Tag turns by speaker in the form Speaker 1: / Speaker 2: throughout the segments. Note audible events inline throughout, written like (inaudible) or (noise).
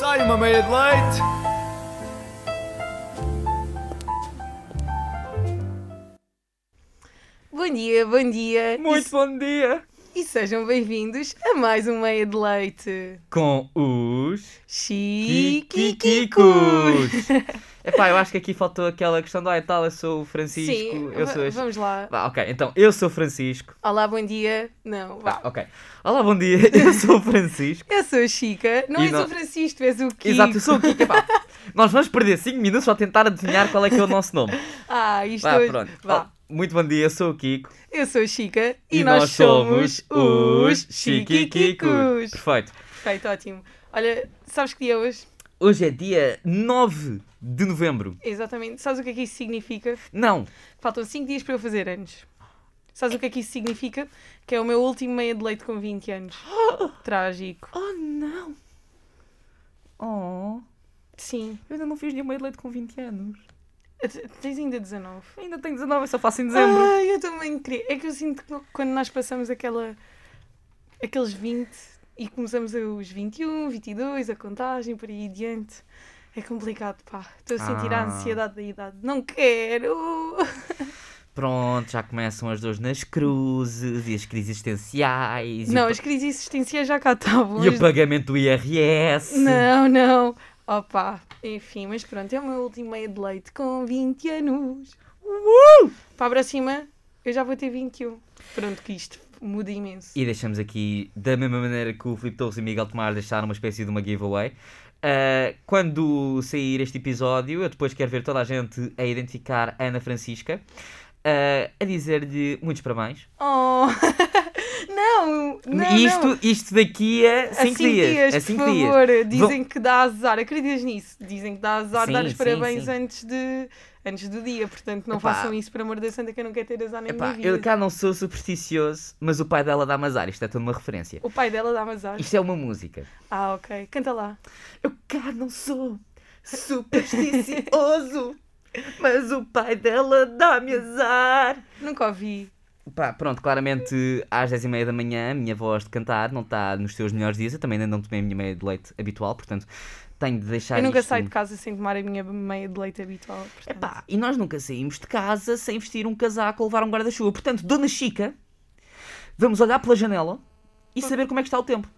Speaker 1: time. I made it late.
Speaker 2: Bom dia, bom dia
Speaker 3: Muito bom dia!
Speaker 2: e, e sejam bem-vindos a mais um Meia de Leite.
Speaker 3: Com os
Speaker 2: Chiquiquicos!
Speaker 3: Kikikicos! (laughs) Epá, eu acho que aqui faltou aquela questão do ai tal, eu sou o Francisco,
Speaker 2: Sim,
Speaker 3: eu sou
Speaker 2: va-
Speaker 3: este.
Speaker 2: vamos lá.
Speaker 3: Vá, ok, então eu sou o Francisco.
Speaker 2: Olá, bom dia. Não,
Speaker 3: Vá,
Speaker 2: vá.
Speaker 3: ok. Olá, bom dia, (laughs) eu sou o Francisco.
Speaker 2: Eu sou a Chica, não
Speaker 3: E
Speaker 2: és
Speaker 3: não-
Speaker 2: o Francisco, és o Kiko.
Speaker 3: Exato, eu sou o Kiko. Epá, nós vamos perder 5 minutos só a tentar adivinhar qual é que é o nosso nome.
Speaker 2: Ah, isto
Speaker 3: Vá,
Speaker 2: hoje-
Speaker 3: pronto.
Speaker 2: Vá.
Speaker 3: Oh, Muito bom dia, eu sou o Kiko.
Speaker 2: Eu sou a Chica e, nós somos os Chiquiquicos.
Speaker 3: Perfeito.
Speaker 2: Perfeito, ótimo. Olha, sabes que dia é hoje?
Speaker 3: Hoje é dia 9 de novembro.
Speaker 2: Exatamente. Sabes o que é que isso significa?
Speaker 3: Não,
Speaker 2: Faltam 5 dias para eu fazer anos. Sabes o que é que isso significa? Que é o meu último meia de leite com 20 anos. Trágico.
Speaker 3: Oh não! Oh,
Speaker 2: Sim.
Speaker 3: eu ainda não fiz nenhuma de leite com 20 anos.
Speaker 2: T- Tens ainda 19.
Speaker 3: Ainda tenho 19, eu só faço em dezembro.
Speaker 2: Ai, eu também queria. É que eu sinto que quando nós passamos aquela, aqueles 20 e começamos os 21, 22, a contagem, por aí adiante, é complicado, pá. Estou a sentir a
Speaker 3: Ah.
Speaker 2: ansiedade da idade. Não quero!
Speaker 3: Pronto, já começam as dores nas cruzes e as crises existenciais.
Speaker 2: Não,
Speaker 3: e, o
Speaker 2: as crises existenciais já cá estavam.
Speaker 3: pa- e o
Speaker 2: As-
Speaker 3: pagamento do IRS.
Speaker 2: Não, não. Opa, enfim, mas pronto, é o meu último meio de leite com 20 anos. Para a próxima, eu já vou ter 21. Pronto, que isto muda imenso.
Speaker 3: E deixamos aqui, da mesma maneira que o Filipe Torres e Miguel Tomar deixaram uma espécie de uma giveaway. Ah, quando sair este episódio, eu depois quero ver toda a gente a identificar a Ana Francisca, ah, a dizer-lhe muitos parabéns.
Speaker 2: Oh! (laughs) não! Não!
Speaker 3: isto,
Speaker 2: não.
Speaker 3: isto daqui a
Speaker 2: Há
Speaker 3: 5
Speaker 2: cinco
Speaker 3: dias. a
Speaker 2: por
Speaker 3: cinco
Speaker 2: favor,
Speaker 3: dias.
Speaker 2: dizem que dá azar. Acreditas nisso? Dizem que dá azar
Speaker 3: Sim,
Speaker 2: dar os
Speaker 3: sim,
Speaker 2: parabéns
Speaker 3: sim.
Speaker 2: Antes, de, antes do dia. Portanto, não
Speaker 3: Epá.
Speaker 2: façam isso, por amor da santa, que eu não quero ter azar na
Speaker 3: Epá,
Speaker 2: minha
Speaker 3: eu
Speaker 2: vida.
Speaker 3: cá não sou supersticioso, mas o pai dela dá-me azar. Isto é toda uma referência.
Speaker 2: O pai dela dá-me azar.
Speaker 3: Isto é uma música.
Speaker 2: Ah, ok. Canta lá.
Speaker 3: Eu cá não sou supersticioso, mas o pai dela dá-me azar.
Speaker 2: Nunca ouvi.
Speaker 3: Pá, pronto, claramente às 10 e meia da manhã a minha voz de cantar não está nos seus melhores dias. Eu também ainda não tomei a minha meia de leite habitual, portanto tenho de deixar
Speaker 2: Eu nunca
Speaker 3: isto-
Speaker 2: saio de casa sem tomar a minha meia de leite habitual. portanto.
Speaker 3: Epá, e nós nunca saímos de casa sem vestir um casaco ou levar um guarda-chuva. Portanto, Dona Chica, vamos olhar pela janela e saber como é que está o tempo.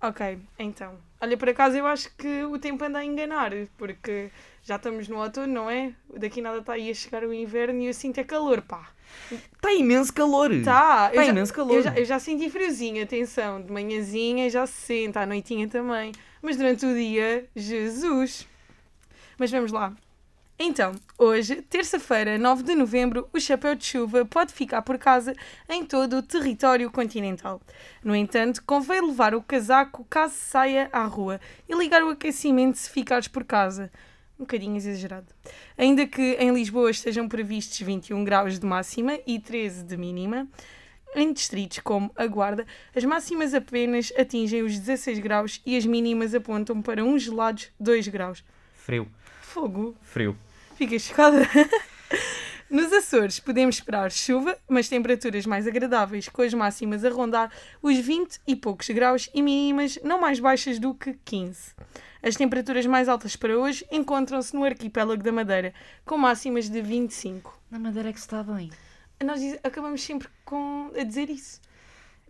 Speaker 2: Ok, então. Olha, por acaso eu acho que o tempo anda a enganar, porque já estamos no outono, não é? Daqui nada está aí a chegar o inverno e eu sinto é calor, pá.
Speaker 3: Está imenso calor.
Speaker 2: Tá, eu
Speaker 3: Tá
Speaker 2: já-
Speaker 3: imenso calor.
Speaker 2: Eu já, eu já senti friozinho, atenção. De manhãzinha já se sente, à noitinha também. Mas durante o dia, Jesus. Mas vamos lá. Então, hoje, terça-feira, 9 de novembro, o chapéu de chuva pode ficar por casa em todo o território continental. No entanto, convém levar o casaco caso saia à rua e ligar o aquecimento se ficares por casa. Um bocadinho exagerado. Ainda que em Lisboa estejam previstos 21 graus de máxima e 13 de mínima, em distritos como a Guarda, as máximas apenas atingem os 16 graus e as mínimas apontam para uns gelados 2 graus.
Speaker 3: Frio,
Speaker 2: Fogo!
Speaker 3: frio.
Speaker 2: Fiquei chocada. (laughs) Nos Açores podemos esperar chuva, mas temperaturas mais agradáveis, com as máximas a rondar os 20 e poucos graus e mínimas não mais baixas do que 15. As temperaturas mais altas para hoje encontram-se no arquipélago da Madeira, com máximas de 25.
Speaker 3: Na madeira é que se está bem.
Speaker 2: Nós diz- acabamos sempre com a dizer isso.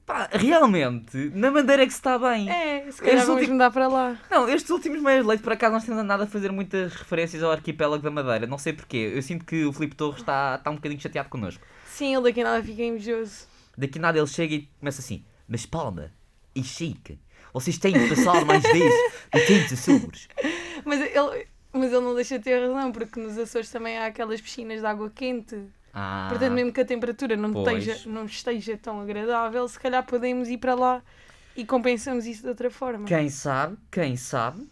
Speaker 3: Pá, realmente, na madeira é que se está bem.
Speaker 2: É, se
Speaker 3: És
Speaker 2: calhar
Speaker 3: o
Speaker 2: vamos
Speaker 3: tipo-
Speaker 2: mudar para lá.
Speaker 3: Não, estes últimos meios de leite, por acaso, nós temos andado a fazer muitas referências ao arquipélago da Madeira. Não sei porquê. Eu sinto que o Filipe Torres está, está um bocadinho chateado connosco.
Speaker 2: Sim, ele daqui a nada fica invejoso.
Speaker 3: Daqui nada ele chega e começa assim: Mas Palma e Chica, vocês têm de passar mais vezes no tempo dos Açores.
Speaker 2: Mas ele, mas ele não deixa de ter razão, porque nos Açores também há aquelas piscinas de água quente.
Speaker 3: Ah,
Speaker 2: Portanto, mesmo que a temperatura não
Speaker 3: pois.
Speaker 2: esteja, não esteja tão agradável, se calhar podemos ir para lá e compensamos isso de outra forma.
Speaker 3: Quem sabe, quem sabe,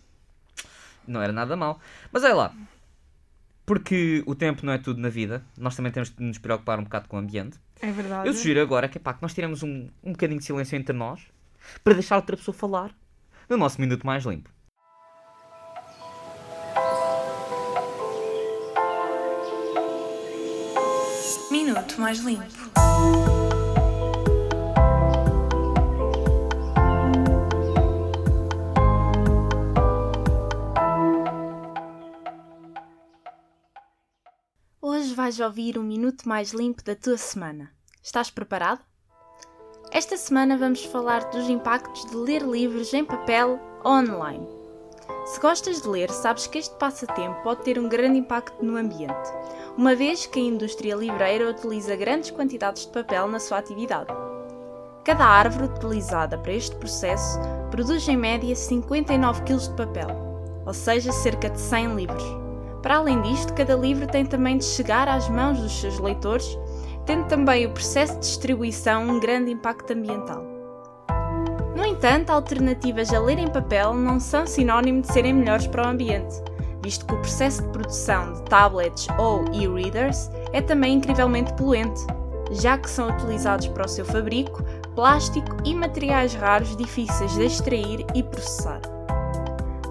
Speaker 3: não era nada mal. Mas olha lá, porque o tempo não é tudo na vida, nós também temos de nos preocupar um bocado com o ambiente.
Speaker 2: É verdade.
Speaker 3: Eu sugiro agora que, pá, que nós tiremos um, um bocadinho de silêncio entre nós para deixar outra pessoa falar no nosso minuto mais limpo.
Speaker 2: Minuto mais limpo.
Speaker 1: vais ouvir o minuto mais limpo da tua semana. Estás preparado? Esta semana vamos falar dos impactos de ler livros em papel ou online. Se gostas de ler, sabes que este passatempo pode ter um grande impacto no ambiente, uma vez que a indústria livreira utiliza grandes quantidades de papel na sua atividade. Cada árvore utilizada para este processo produz em média 59 kg de papel, ou seja, cerca de 100 livros. Para além disto, cada livro tem também de chegar às mãos dos seus leitores, tendo também o processo de distribuição um grande impacto ambiental. No entanto, alternativas a ler em papel não são sinónimo de serem melhores para o ambiente, visto que o processo de produção de tablets ou e-readers é também incrivelmente poluente, já que são utilizados para o seu fabrico plástico e materiais raros difíceis de extrair e processar.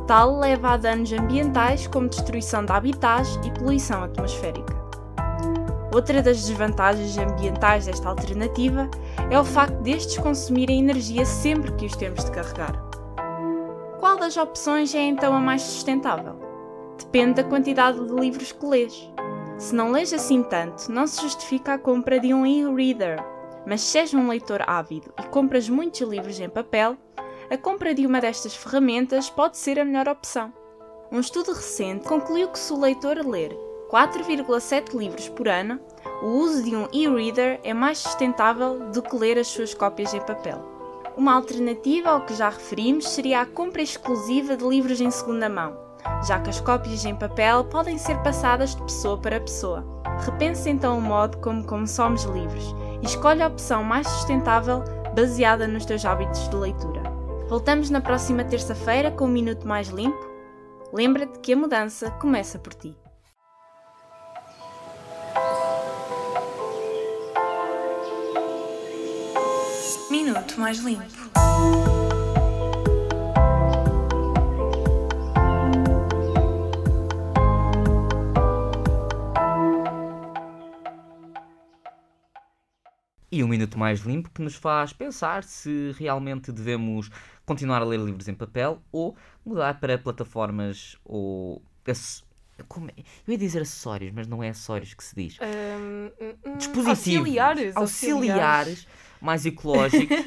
Speaker 1: Tal leva a danos ambientais como destruição de habitats e poluição atmosférica. Outra das desvantagens ambientais desta alternativa é o facto destes consumirem energia sempre que os temos de carregar. Qual das opções é então a mais sustentável? Depende da quantidade de livros que lês. Se não lês assim tanto, não se justifica a compra de um e-reader, mas se és um leitor ávido e compras muitos livros em papel, a compra de uma destas ferramentas pode ser a melhor opção. Um estudo recente concluiu que se o leitor ler 4,7 livros por ano, o uso de um e-reader é mais sustentável do que ler as suas cópias em papel. Uma alternativa ao que já referimos seria a compra exclusiva de livros em segunda mão, já que as cópias em papel podem ser passadas de pessoa para pessoa. Repense então o modo como consomos livros e escolhe a opção mais sustentável baseada nos teus hábitos de leitura. Voltamos na próxima terça-feira com um minuto mais limpo. Lembra-te que a mudança começa por ti.
Speaker 4: Minuto mais limpo.
Speaker 3: e um minuto mais limpo que nos faz pensar se realmente devemos continuar a ler livros em papel ou mudar para plataformas ou. ace- Como é? Eu ia dizer acessórios, mas não é acessórios que se diz.
Speaker 2: Hum, hum, hum,
Speaker 3: Dispositivos.
Speaker 2: Auxiliares.
Speaker 3: auxiliares mais
Speaker 2: (laughs)
Speaker 3: ecológicos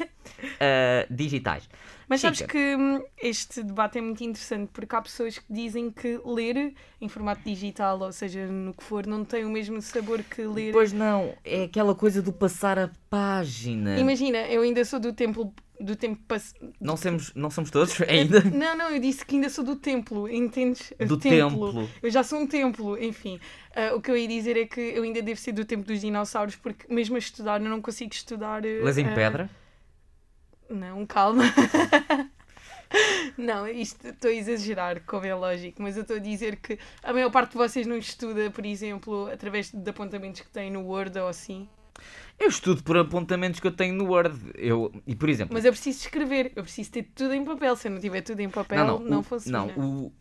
Speaker 3: ah, digitais.
Speaker 2: Mas sabes
Speaker 3: Chica,
Speaker 2: que hum, este debate é muito interessante porque há pessoas que dizem que ler em formato digital, ou seja, no que for, não tem o mesmo sabor que ler.
Speaker 3: Pois não, é aquela coisa do passar a página.
Speaker 2: Imagina, eu ainda sou do tempo do tempo pass...
Speaker 3: Não somos, não somos todos (laughs) ainda
Speaker 2: Não, não, eu disse que ainda sou do templo, entendes?
Speaker 3: do
Speaker 2: Templo.
Speaker 3: templo.
Speaker 2: Eu já sou um templo, enfim. Ah, o que eu ia dizer é que eu ainda devo ser do tempo dos dinossauros, porque mesmo a estudar eu não consigo estudar. eh,
Speaker 3: Lês em
Speaker 2: ah,
Speaker 3: pedra?
Speaker 2: Não, calma. (laughs) Não, isto estou a exagerar, como é lógico, mas eu estou a dizer que a maior parte de vocês não estuda, por exemplo, através de apontamentos que têm no Word ou assim.
Speaker 3: Eu estudo por apontamentos que eu tenho no Word. Eu, e por exemplo,
Speaker 2: Mas eu preciso escrever, eu preciso ter tudo em papel. Se eu não tiver tudo em papel, não,
Speaker 3: o-
Speaker 2: funciona.
Speaker 3: Não, o,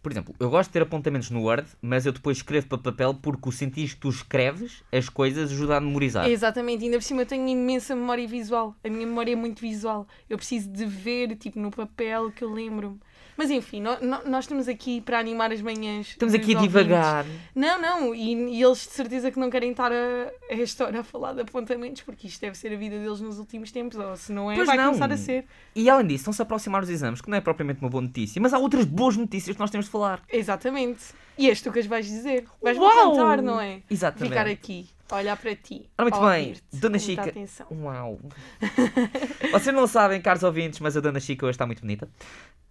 Speaker 3: por exemplo, eu gosto de ter apontamentos no Word, mas eu depois escrevo para papel porque o sentido que tu escreves as coisas ajuda a memorizar.
Speaker 2: Exatamente, ainda por cima eu tenho imensa memória visual. A minha memória é muito visual. Eu preciso de ver, tipo, no papel que eu lembro-me. Mas enfim, nó- nó- nós estamos aqui para animar as manhãs.
Speaker 3: Estamos
Speaker 2: dos
Speaker 3: aqui a
Speaker 2: ouvintes.
Speaker 3: divagar.
Speaker 2: Não, não, e, e eles de certeza que não querem estar a, a esta hora a falar de apontamentos, porque isto deve ser a vida deles nos últimos tempos, ou se não é,
Speaker 3: Pois
Speaker 2: vai
Speaker 3: não.
Speaker 2: começar a ser.
Speaker 3: E além disso, estão-se a aproximar os exames, que não é propriamente uma boa notícia, mas há outras boas notícias que nós temos de falar.
Speaker 2: Exatamente. E és tu que as vais dizer. Vais-me
Speaker 3: Uau!
Speaker 2: contar, não é?
Speaker 3: Exatamente.
Speaker 2: Ficar aqui, olhar para ti.
Speaker 3: Ora, muito bem,
Speaker 2: ouvir-te
Speaker 3: Dona
Speaker 2: com muita
Speaker 3: Chica.
Speaker 2: atenção.
Speaker 3: Uau! (laughs) Vocês não sabem, caros ouvintes, mas a Dona Chica hoje está muito bonita.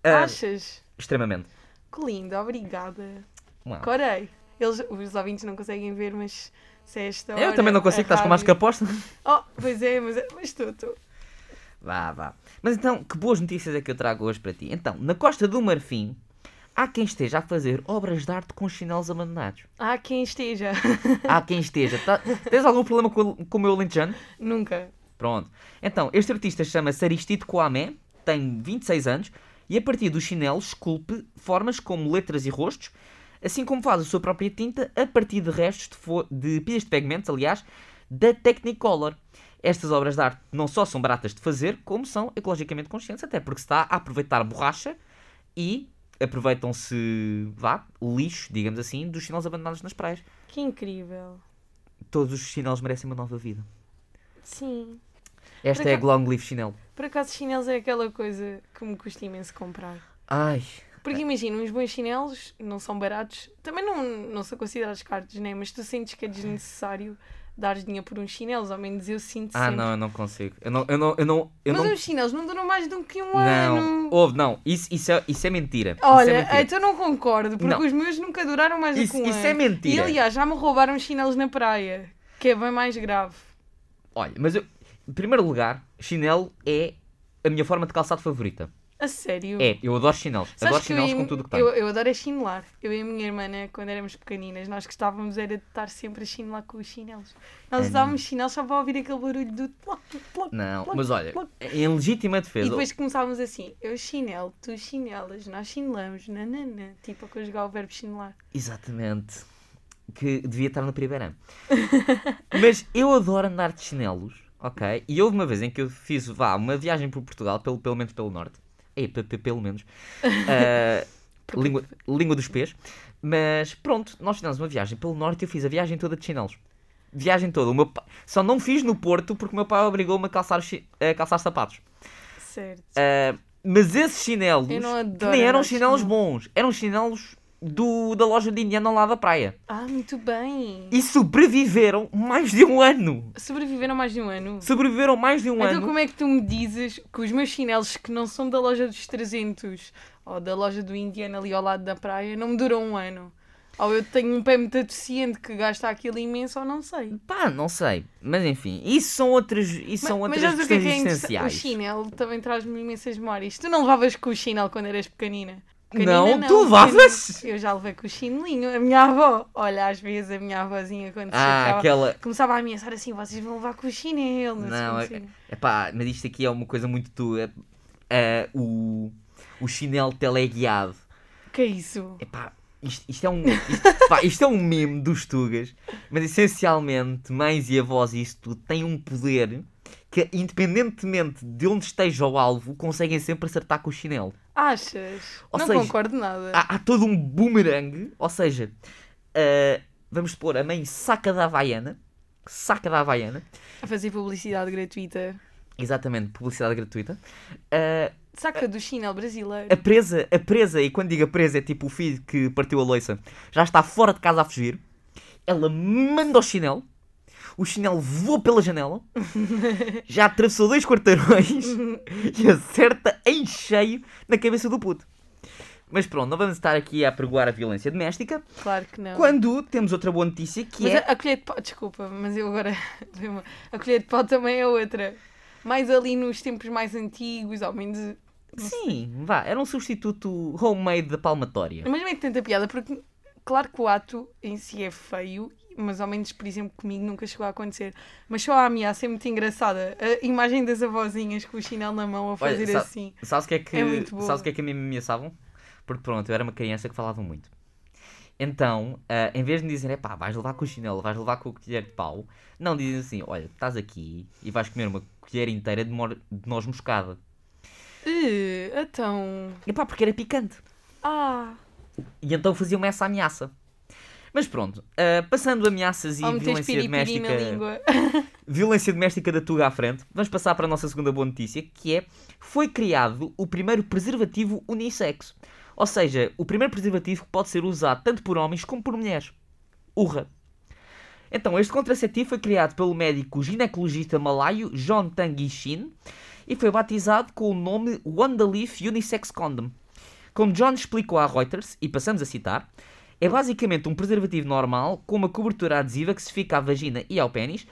Speaker 3: Ah,
Speaker 2: Achas?
Speaker 3: Extremamente.
Speaker 2: Que lindo, obrigada.
Speaker 3: Uau.
Speaker 2: Corei. Eles, os ouvintes não conseguem ver, mas se é esta
Speaker 3: Eu
Speaker 2: hora,
Speaker 3: também não
Speaker 2: a
Speaker 3: consigo, estás com a
Speaker 2: rádio-
Speaker 3: máscara posta.
Speaker 2: Oh, pois é, mas mas estou, estou.
Speaker 3: Vá, vá. Mas então, que boas notícias é que eu trago hoje para ti? Então, na Costa do Marfim, há quem esteja a fazer obras de arte com chinelos abandonados.
Speaker 2: Há quem esteja. (laughs)
Speaker 3: Há quem esteja. Tá- Tens algum problema com, o- com o meu alentejano?
Speaker 2: Nunca.
Speaker 3: Pronto. Então, este artista chama-se Aristide Coamé, tem 26 anos, e a partir dos chinelos esculpe formas como letras e rostos, assim como faz a sua própria tinta a partir de restos de, fo- de pilhas de pigmentos, aliás, da Technicolor. Estas obras de arte não só são baratas de fazer, como são ecologicamente conscientes, até porque se está a aproveitar borracha e aproveitam-se, vá, lixo, digamos assim, dos chinelos abandonados nas praias.
Speaker 2: Que incrível.
Speaker 3: Todos os chinelos merecem uma nova vida.
Speaker 2: Sim.
Speaker 3: Esta
Speaker 2: Por
Speaker 3: é a
Speaker 2: acaso-
Speaker 3: Long Live Chinelo.
Speaker 2: Por acaso, chinelos é aquela coisa que me custa imenso comprar.
Speaker 3: Ai, É.
Speaker 2: Porque imagina, uns bons chinelos não são baratos, também não, não são considerados caros, né? Mas tu sentes que é desnecessário dar dinheiro por uns chinelos, ao menos eu sinto
Speaker 3: ah
Speaker 2: sempre.
Speaker 3: não, eu não consigo. Eu não, eu não, eu não, eu
Speaker 2: Mas um
Speaker 3: não.
Speaker 2: uns chinelos não duram mais do que um
Speaker 3: Não,
Speaker 2: ano.
Speaker 3: ouve, não, isso, isso, é, isso é mentira. isso é
Speaker 2: Olha,
Speaker 3: mentira.
Speaker 2: então não concordo, porque
Speaker 3: Não.
Speaker 2: os meus nunca duraram mais
Speaker 3: Isso-
Speaker 2: do que um
Speaker 3: isso
Speaker 2: ano.
Speaker 3: é mentira.
Speaker 2: E aliás, já me roubaram chinelos na praia, que é bem mais grave.
Speaker 3: Olha, mas eu, em primeiro lugar, chinelo é a minha forma de calçado favorita.
Speaker 2: A sério.
Speaker 3: É, eu adoro chinelos.
Speaker 2: Sabes
Speaker 3: adoro
Speaker 2: que
Speaker 3: chinelos
Speaker 2: eu, e-
Speaker 3: com tudo o que tem.
Speaker 2: eu, eu adoro é chinelar. Eu e a minha irmã, né, quando éramos pequeninas, nós gostávamos era de estar sempre a chinelar com os chinelos. Nós
Speaker 3: É,
Speaker 2: usávamos chinelos só para ouvir aquele barulho do tloc, tloc.
Speaker 3: Não,
Speaker 2: Ploc,
Speaker 3: mas olha,
Speaker 2: ploc.
Speaker 3: em legítima
Speaker 2: E
Speaker 3: defesa.
Speaker 2: depois começávamos assim, eu chinelo, tu chinelas, nós chinelamos, nananã, tipo a conjugar o verbo chinelar.
Speaker 3: Exatamente. Que devia estar no primeiro ano. (laughs) Mas eu adoro andar de chinelos, ok? E houve uma vez em que eu fiz vá, uma viagem por Portugal, pelo, pelo menos pelo norte. É, pe- pe- pelo menos. Ah, língua, língua dos pés. Mas pronto, nós fizemos uma viagem pelo norte e eu fiz a viagem toda de chinelos. Viagem toda. O meu pa- Só não fiz no Porto porque o meu pai obrigou-me a calçar, chi- a calçar sapatos.
Speaker 2: Certo.
Speaker 3: É. Ah, Mas esses chinelos
Speaker 2: Eu não
Speaker 3: que
Speaker 2: adoro
Speaker 3: nem eram
Speaker 2: andar de
Speaker 3: chinelos
Speaker 2: chinelo.
Speaker 3: bons, eram chinelos do, da loja de Indiana lá da praia.
Speaker 2: Ah, muito bem.
Speaker 3: E sobreviveram mais de um ano.
Speaker 2: Sobreviveram mais de um ano.
Speaker 3: Sobreviveram mais de um
Speaker 2: Então
Speaker 3: ano.
Speaker 2: como é que tu me dizes que os meus chinelos que não são da loja dos 300 ou da loja do Indiana ali ao lado da praia não me duram um ano? Ou eu tenho um pé muito deficiente que gasta aquilo imenso ou não sei.
Speaker 3: Pá, não sei. Mas enfim, isso são outras, isso são outras
Speaker 2: sabes o que
Speaker 3: questões
Speaker 2: é que é interessante? O
Speaker 3: existenciais.
Speaker 2: chinelo também traz-me imensas memórias. Tu não levavas com o chinelo quando eras pequenina?
Speaker 3: Não, tu levavas?
Speaker 2: pequenina. Eu já levei com o chinelinho. A minha avó, olha, às vezes a minha avózinha quando se
Speaker 3: ah,
Speaker 2: chegava,
Speaker 3: aquela.
Speaker 2: começava a ameaçar assim, vocês vão levar com o chinelo. Não,
Speaker 3: Não,
Speaker 2: sei
Speaker 3: é,
Speaker 2: o que, assim.
Speaker 3: é pá, mas isto aqui é uma coisa muito tua. o, o chinelo teleguiado.
Speaker 2: que é isso?
Speaker 3: Epá, isto, isto é um. Isto, pá, isto é um meme dos Tugas, mas essencialmente, mães e avós e isso tudo têm um poder que, independentemente de onde esteja o alvo, conseguem sempre acertar com o chinelo.
Speaker 2: Achas?
Speaker 3: Ou
Speaker 2: não
Speaker 3: seja,
Speaker 2: concordo nada.
Speaker 3: Há, há todo um boomerang, ou seja, ah, vamos supor, a mãe saca da Havaiana, saca da Havaiana,
Speaker 2: A fazer publicidade gratuita.
Speaker 3: exatamente, publicidade gratuita, ah,
Speaker 2: Saca do chinelo brasileiro.
Speaker 3: a presa, a presa, e quando digo a presa é tipo o filho que partiu a loiça, já está fora de casa a fugir. Ela manda o chinelo, o chinelo voa pela
Speaker 2: (laughs)
Speaker 3: janela, já atravessou dois quarteirões e acerta em cheio na cabeça do puto. Mas pronto, não vamos estar aqui a apregoar a violência doméstica.
Speaker 2: Claro que não.
Speaker 3: Quando temos outra boa notícia que
Speaker 2: Mas
Speaker 3: é.
Speaker 2: a, a colher de pau, desculpa, mas eu agora. (laughs) dei uma- a colher de pau também é outra. Mais ali nos tempos mais antigos, ao menos.
Speaker 3: Sim, vá, era um substituto homemade da palmatória.
Speaker 2: Mas não é tanta piada, porque claro que o ato em si é feio, mas ao menos, por exemplo, comigo nunca chegou a acontecer. Mas só a ameaça é muito engraçada. A imagem das avózinhas com o chinelo na mão a
Speaker 3: Olha,
Speaker 2: fazer
Speaker 3: sa-
Speaker 2: assim.
Speaker 3: Sabes o que é que,
Speaker 2: É muito boa.
Speaker 3: sabes o que, é que a mim me ameaçavam? Porque pronto, eu era uma criança que falava muito. Então, ah, em vez de me dizerem, pá, vais levar com o chinelo, vais levar com o colher de pau, não, dizem assim, olha, estás aqui e vais comer uma colher inteira de, mor- de noz moscada.
Speaker 2: "Eh, então.
Speaker 3: E pá, porque era picante.
Speaker 2: Ah!
Speaker 3: E então faziam-me essa ameaça. Mas pronto, ah, passando ameaças e
Speaker 2: Ao meter
Speaker 3: violência
Speaker 2: piripiri na
Speaker 3: doméstica...
Speaker 2: língua.
Speaker 3: Violência doméstica da Tuga à frente. Vamos passar para a nossa segunda boa notícia, que é foi criado o primeiro preservativo unissexo. Ou seja, o primeiro preservativo que pode ser usado tanto por homens como por mulheres. Urra! Então, este contraceptivo foi criado pelo médico ginecologista malaio John Tanguy Shin e foi batizado com o nome Wonderleaf Unisex Condom. Como John explicou à Reuters, e passamos a citar, é basicamente um preservativo normal com uma cobertura adesiva que se fica à vagina e ao pênis,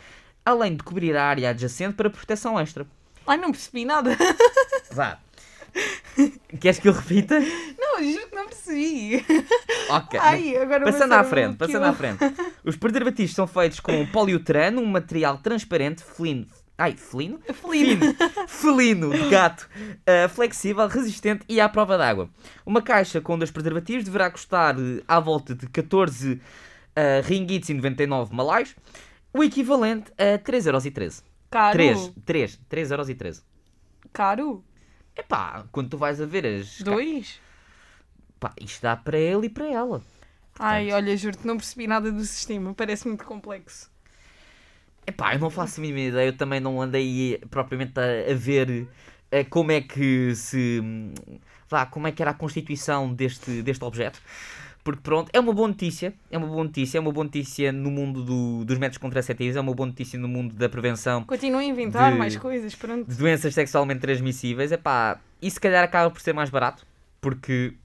Speaker 3: além de cobrir a área adjacente para proteção extra.
Speaker 2: Ai, não percebi nada.
Speaker 3: Vá. (laughs) Queres que eu repita?
Speaker 2: (laughs) Não, juro que não percebi.
Speaker 3: Ok.
Speaker 2: (laughs) Ai, agora
Speaker 3: Passando
Speaker 2: vou
Speaker 3: à
Speaker 2: ser
Speaker 3: frente,
Speaker 2: um
Speaker 3: passando à frente. Os preservativos são feitos com poliuretano, um material transparente, felino. Ai, felino?
Speaker 2: Felino.
Speaker 3: Felino, felino de gato, ah, flexível, resistente e à prova d'água. Uma caixa com dois preservativos deverá custar eh, à volta de 14 ah, ringgits e 99 malais, o equivalente a 3,13€.
Speaker 2: Caro.
Speaker 3: 3, 3, 3,13€.
Speaker 2: Caro.
Speaker 3: Epá, quando tu vais a ver as. ca-
Speaker 2: Dois.
Speaker 3: Pá, isto dá para ele e para ela.
Speaker 2: Ai, olha, juro-te, não percebi nada do sistema. Parece muito complexo.
Speaker 3: Epá, eu não faço a mínima ideia, eu também não andei propriamente a, a ver eh, como é que se. hum, Vá, como é que era a constituição deste, deste objeto. Porque pronto, é uma boa notícia, é uma boa notícia, é uma boa notícia no mundo do- dos métodos contraceptivos, é uma boa notícia no mundo da prevenção
Speaker 2: Continuem a inventar
Speaker 3: De-
Speaker 2: mais coisas, pronto.
Speaker 3: de doenças sexualmente transmissíveis, é pá, e se calhar acaba por ser mais barato, porque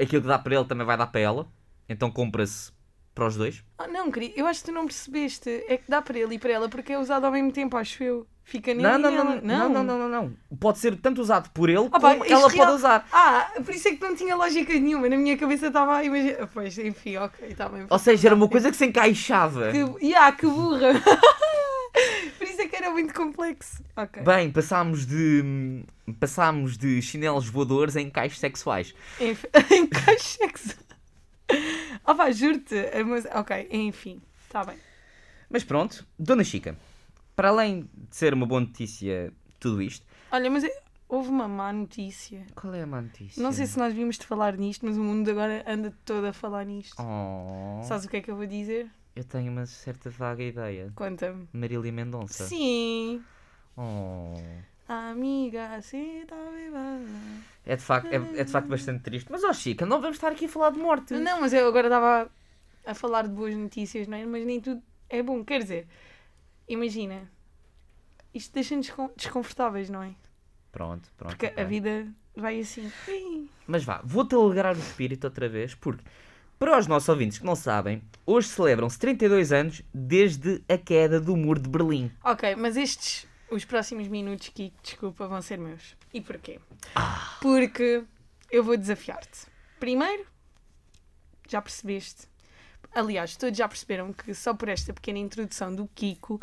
Speaker 3: aquilo que dá para ele também vai dar para ela, então compra-se para os dois.
Speaker 2: Ah, não, querido, eu acho que tu não percebeste. É que dá para ele e para ela porque é usado ao mesmo tempo, acho eu. Fica nele
Speaker 3: Não
Speaker 2: e
Speaker 3: não não,
Speaker 2: nela.
Speaker 3: não, não, não, não, não, Pode ser tanto usado por ele
Speaker 2: Ah, pá,
Speaker 3: como
Speaker 2: isto
Speaker 3: ela
Speaker 2: real-
Speaker 3: pode usar.
Speaker 2: Ah, por isso é que não tinha lógica nenhuma. Na minha cabeça estava a imaginar. Pois, enfim, ok, está bem.
Speaker 3: Ou seja, era uma coisa que se encaixava.
Speaker 2: Que... Yeah, que burra! (laughs) por isso é que era muito complexo. Ok.
Speaker 3: Bem, passámos de passámos de chinelos voadores a encaixes sexuais.
Speaker 2: Enf- (laughs) em caixa sexo. (laughs) Ah pá, juro-te. a moça- Ok, enfim, está bem.
Speaker 3: Mas pronto, Dona Chica, para além de ser uma boa notícia tudo isto,
Speaker 2: Olha, mas é- houve uma má notícia.
Speaker 3: qual é a má notícia?
Speaker 2: Não sei se nós vimos de falar nisto, mas o mundo agora anda todo a falar nisto.
Speaker 3: Oh,
Speaker 2: Sabes o que é que eu vou dizer?
Speaker 3: eu tenho uma certa vaga ideia.
Speaker 2: Conta-me.
Speaker 3: Marília Mendonça.
Speaker 2: Sim.
Speaker 3: Oh.
Speaker 2: Amiga, sim, está bem.
Speaker 3: É de, facto, é, é de facto bastante triste. Mas, ó Chica, não vamos estar aqui a falar de morte.
Speaker 2: Não, mas eu agora estava a falar de boas notícias, não é? Mas nem tudo é bom. Quer dizer, imagina, isto deixa-nos descon- desconfortáveis, não é?
Speaker 3: Pronto, pronto.
Speaker 2: Porque
Speaker 3: ok.
Speaker 2: a vida vai assim. Ih,
Speaker 3: Mas vá, vou-te alegrar o espírito outra vez, porque, para os nossos ouvintes que não sabem, hoje celebram-se 32 anos desde a queda do Muro de Berlim.
Speaker 2: Ok, mas estes, os próximos minutos, Kiko, desculpa, vão ser meus. E porquê?
Speaker 3: Ah.
Speaker 2: Porque eu vou desafiar-te. Primeiro, já percebeste. Aliás, todos já perceberam que só por esta pequena introdução do Kiko,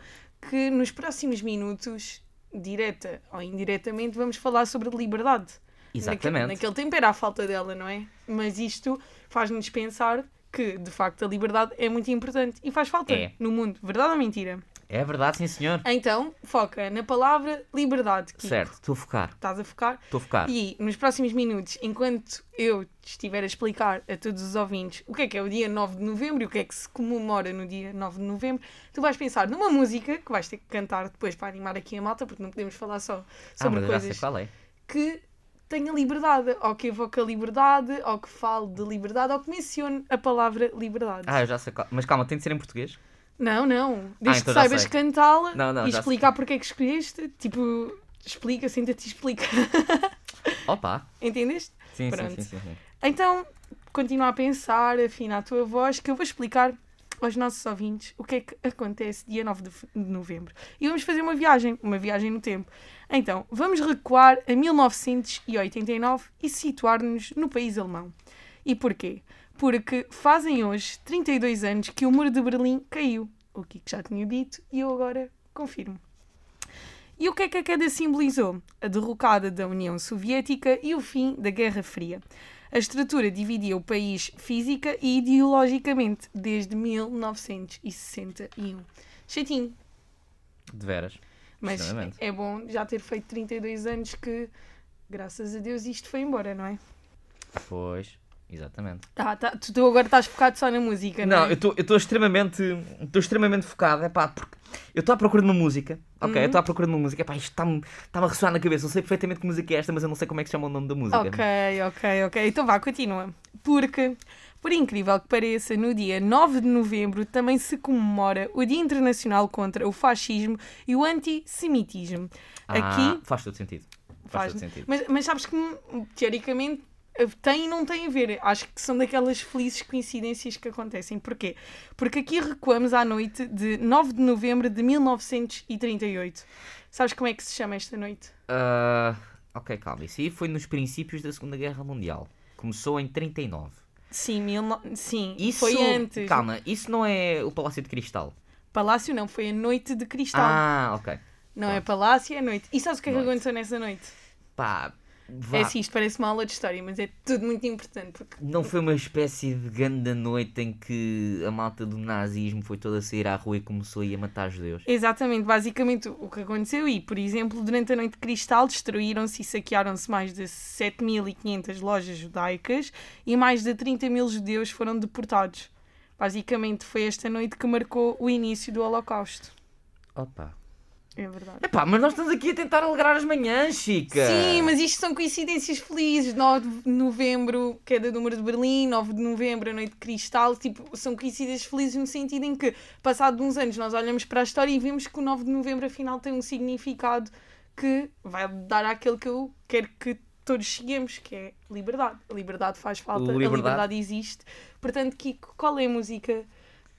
Speaker 2: que nos próximos minutos, direta ou indiretamente, vamos falar sobre liberdade.
Speaker 3: Exatamente.
Speaker 2: Naquele, naquele tempo era a falta dela, não é? Mas isto faz-nos pensar que, de facto, a liberdade é muito importante e faz falta
Speaker 3: É.
Speaker 2: no mundo. Verdade ou mentira?
Speaker 3: É verdade, sim senhor.
Speaker 2: Então, foca na palavra liberdade. Kiko.
Speaker 3: Certo, estou a focar,
Speaker 2: Estás a focar.
Speaker 3: estou a focar.
Speaker 2: E nos próximos minutos, enquanto eu te estiver a explicar a todos os ouvintes o que é que é o dia 9 de novembro e o que é que se comemora no dia 9 de novembro, tu vais pensar numa música que vais ter que cantar depois para animar aqui a malta, porque não podemos falar só
Speaker 3: Ah,
Speaker 2: sobre
Speaker 3: mas eu já sei
Speaker 2: coisas
Speaker 3: qual é.
Speaker 2: que tenha liberdade, ou que evoque a liberdade, ou que fale de liberdade, ou que mencione a palavra liberdade.
Speaker 3: Ah, eu já sei qual. Mas calma, tem de ser em português?
Speaker 2: Não, não. Desde
Speaker 3: então já
Speaker 2: que saibas
Speaker 3: sei.
Speaker 2: cantá-la
Speaker 3: Não, não,
Speaker 2: e
Speaker 3: já
Speaker 2: explicar porque é que escolheste. Tipo, explica, senta-te e explica. (laughs)
Speaker 3: Opa!
Speaker 2: Entendeste?
Speaker 3: Sim, sim,
Speaker 2: Pronto.
Speaker 3: sim, sim, sim.
Speaker 2: Então, continua a pensar, afina a tua voz, que eu vou explicar aos nossos ouvintes o que é que acontece dia 9 de f- de novembro. E vamos fazer uma viagem, uma viagem no tempo. Então, vamos recuar a 1989 e situar-nos no país alemão. E porquê? Porque fazem hoje 32 anos que o muro de Berlim caiu, o que já tinha dito e eu agora confirmo. E o que é que a queda simbolizou? A derrocada da União Soviética e o fim da Guerra Fria. A estrutura dividia o país física e ideologicamente desde 1961. Chatinho,
Speaker 3: De veras.
Speaker 2: mas
Speaker 3: Sinceramente.
Speaker 2: é bom já ter feito 32 anos que, graças a Deus, isto foi embora, não é?
Speaker 3: Pois, exatamente.
Speaker 2: Tá, tá, tu, tu agora estás focado só na música, não,
Speaker 3: Não,
Speaker 2: é?
Speaker 3: eu estou extremamente. Estou extremamente focado, é pá, porque eu estou à procura de uma música. Ok, eu estou
Speaker 2: Uhum.
Speaker 3: à procura de uma música. Epá, isto está-me está a ressoar na cabeça. Eu sei perfeitamente que música é esta, mas eu não sei como é que se chama o nome da música.
Speaker 2: Ok, ok, ok. Então vá, continua. Porque, por incrível que pareça, no dia 9 de novembro também se comemora o Dia Internacional contra o Fascismo e o Antissemitismo.
Speaker 3: Ah,
Speaker 2: Aqui
Speaker 3: Faz todo sentido. Faz,
Speaker 2: faz.
Speaker 3: todo sentido.
Speaker 2: Mas, mas sabes que, hum, teoricamente, tem e não tem a ver. Acho que são daquelas felizes coincidências que acontecem. Porquê? Porque aqui recuamos à noite de 9 de novembro de 1938. Sabes como é que se chama esta noite?
Speaker 3: Ah, ok, calma. Isso aí foi nos princípios da Segunda Guerra Mundial. Começou em 39.
Speaker 2: Sim, mil no... Sim
Speaker 3: Isso,
Speaker 2: foi antes.
Speaker 3: Calma, isso não é o Palácio de Cristal.
Speaker 2: Palácio não, foi a noite de cristal.
Speaker 3: Ah, ok.
Speaker 2: não é palácio, é noite. E sabes o que é que
Speaker 3: Noite.
Speaker 2: aconteceu nessa noite?
Speaker 3: Pá, vá.
Speaker 2: É assim, isto parece uma aula de história, mas é tudo muito importante. Porque...
Speaker 3: Não foi uma espécie de grande noite em que a malta do nazismo foi toda a sair à rua e começou a ir a matar judeus?
Speaker 2: Exatamente, basicamente o que aconteceu. E, por exemplo, durante a noite de cristal destruíram-se e saquearam-se mais de 7.500 lojas judaicas e mais de 30 mil judeus foram deportados. Basicamente foi esta noite que marcou o início do Holocausto.
Speaker 3: Opa.
Speaker 2: É verdade.
Speaker 3: Epá, mas nós estamos aqui a tentar alegrar as manhãs, Chica.
Speaker 2: Sim, mas isto são coincidências felizes. 9 de novembro, queda do Muro de Berlim, 9 de novembro, a Noite de Cristal. Tipo, são coincidências felizes no sentido em que, passado uns anos, nós olhamos para a história e vemos que o 9 de novembro, afinal, tem um significado que vai dar àquele que eu quero que todos cheguemos, que é liberdade. A liberdade faz falta,
Speaker 3: Liberdade.
Speaker 2: a liberdade existe. Portanto, Kiko, qual é a música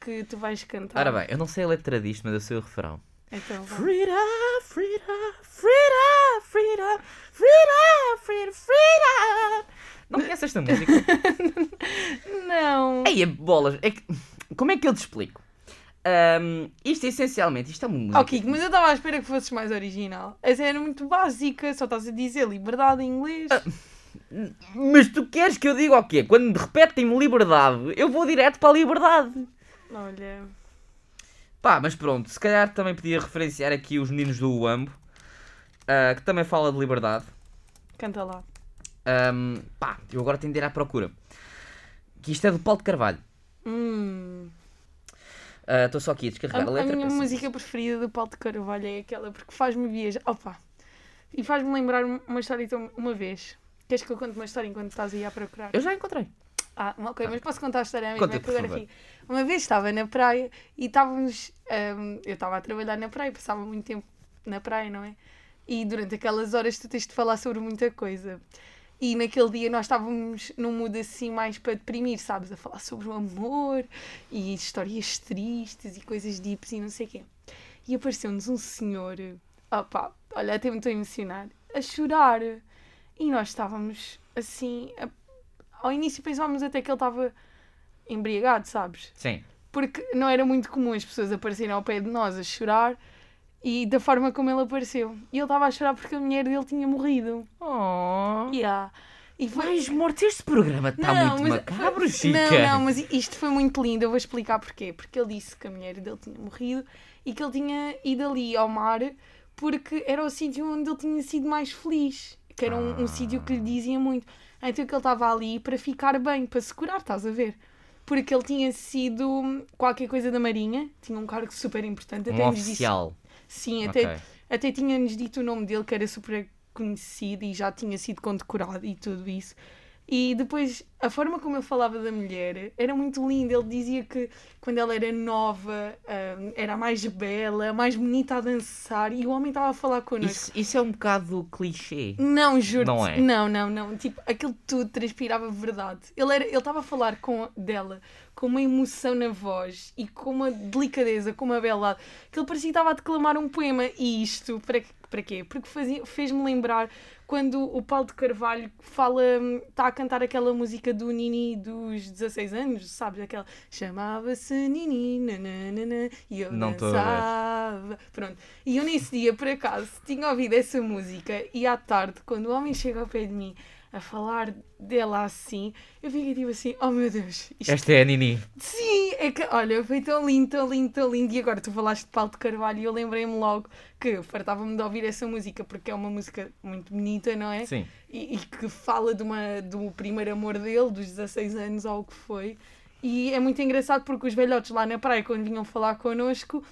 Speaker 2: que tu vais cantar?
Speaker 3: Ora bem, eu não sei a letra disto, mas eu sei o refrão.
Speaker 2: Então, vá.
Speaker 3: Frida, Frida, Frida, Frida, Frida, Frida, Frida. Não conheces esta música?
Speaker 2: Não.
Speaker 3: (laughs) Ei, é bolas. É que- Como é que eu te explico? Ahm, isto é essencialmente, isto é uma música.
Speaker 2: Oh, Kiko, mas eu estava à espera que fosses mais original. Essa era muito básica, só estás a dizer liberdade em inglês.
Speaker 3: Ah. Mas tu queres que eu diga o quê? Quando repetem-me liberdade, eu vou direto para a liberdade.
Speaker 2: Olha.
Speaker 3: Pá, mas pronto, se calhar também podia referenciar aqui os meninos do Uambo, ah, que também fala de liberdade.
Speaker 2: Canta lá.
Speaker 3: Ahm, pá, eu agora tenho de ir à procura. Que isto é do Paulo de Carvalho.
Speaker 2: Hum.
Speaker 3: Ah, Estou só aqui a
Speaker 2: A,
Speaker 3: descarregar a,
Speaker 2: a
Speaker 3: letra.
Speaker 2: minha
Speaker 3: peço-
Speaker 2: música preferida do Paulo de Carvalho é aquela porque faz-me viajar. Opa! E faz-me lembrar uma história então, uma vez. Queres que eu conte uma história enquanto estás aí a procurar?
Speaker 3: Eu já encontrei.
Speaker 2: Ah, ok, mas posso contar a história à mesma?
Speaker 3: Conta,
Speaker 2: é que
Speaker 3: por
Speaker 2: agora
Speaker 3: favor.
Speaker 2: fico- Uma vez estava na praia e estávamos. ahm, eu estava a trabalhar na praia, passava muito tempo na praia, não é? E durante aquelas horas tu tens de falar sobre muita coisa. E naquele dia nós estávamos num mood assim mais para deprimir, sabes? A falar sobre o amor e histórias tristes e coisas deeps e não sei o quê. E apareceu-nos um senhor, opá, olha, até me estou a emocionar, a chorar. E nós estávamos assim, a- ao início pensávamos até que ele estava embriagado, sabes?
Speaker 3: Sim.
Speaker 2: Porque não era muito comum as pessoas aparecerem ao pé de nós a chorar e da forma como ele apareceu. E ele estava a chorar porque a mulher dele tinha morrido.
Speaker 3: Oh.
Speaker 2: Yeah. E foi...
Speaker 3: Mas, morte, este programa está Tá muito macabro, Chica.
Speaker 2: Não, não, mas isto foi muito lindo, eu vou explicar porquê. Porque ele disse que a mulher dele tinha morrido e que ele tinha ido ali ao mar porque era o sítio onde ele tinha sido mais feliz. Que era um, um
Speaker 3: Ah.
Speaker 2: sítio que lhe dizia muito. Então que ele estava ali para ficar bem, para se curar, estás a ver? Porque ele tinha sido hum, qualquer coisa da Marinha, tinha um cargo super importante, até
Speaker 3: Um
Speaker 2: nos disse
Speaker 3: oficial.
Speaker 2: Sim, até,
Speaker 3: Ok.
Speaker 2: até tinha-nos dito o nome dele, que era super conhecido e já tinha sido condecorado e tudo isso. E depois, a forma como ele falava da mulher era muito linda. Ele dizia que quando ela era nova, ah, era a mais bela, a mais bonita a dançar, e o homem estava a falar connosco.
Speaker 3: Isso, isso é um bocado clichê.
Speaker 2: Não, juro.
Speaker 3: Não
Speaker 2: Não,
Speaker 3: é?
Speaker 2: não, não, não. Tipo, aquilo tudo transpirava verdade. Ele era, ele estava a falar com dela com uma emoção na voz e com uma delicadeza, com uma bela que ele parecia que estava a declamar um poema. E isto, para, quê- para quê? Porque fazia- fez-me lembrar quando o Paulo de Carvalho fala, hum, está a cantar aquela música do Nini dos 16 anos, sabes? Aquela chamava-se Nini, nananana, e eu
Speaker 3: Não estou a ver.
Speaker 2: dançava. Pronto. E eu nesse dia, por acaso, tinha ouvido essa música e à tarde, quando o homem chega ao pé de mim a falar dela assim, eu fiquei tipo assim, oh meu Deus, isto
Speaker 3: Esta é a Nini.
Speaker 2: Sim, é que, olha, foi tão lindo, tão lindo, tão lindo. E agora tu falaste de Paulo de Carvalho e eu lembrei-me logo que fartava-me de ouvir essa música, porque é uma música muito bonita, não é?
Speaker 3: Sim.
Speaker 2: E, e que fala de uma, do primeiro amor dele, dos 16 anos ou o que foi. E é muito engraçado porque os velhotes lá na praia, quando vinham falar connosco,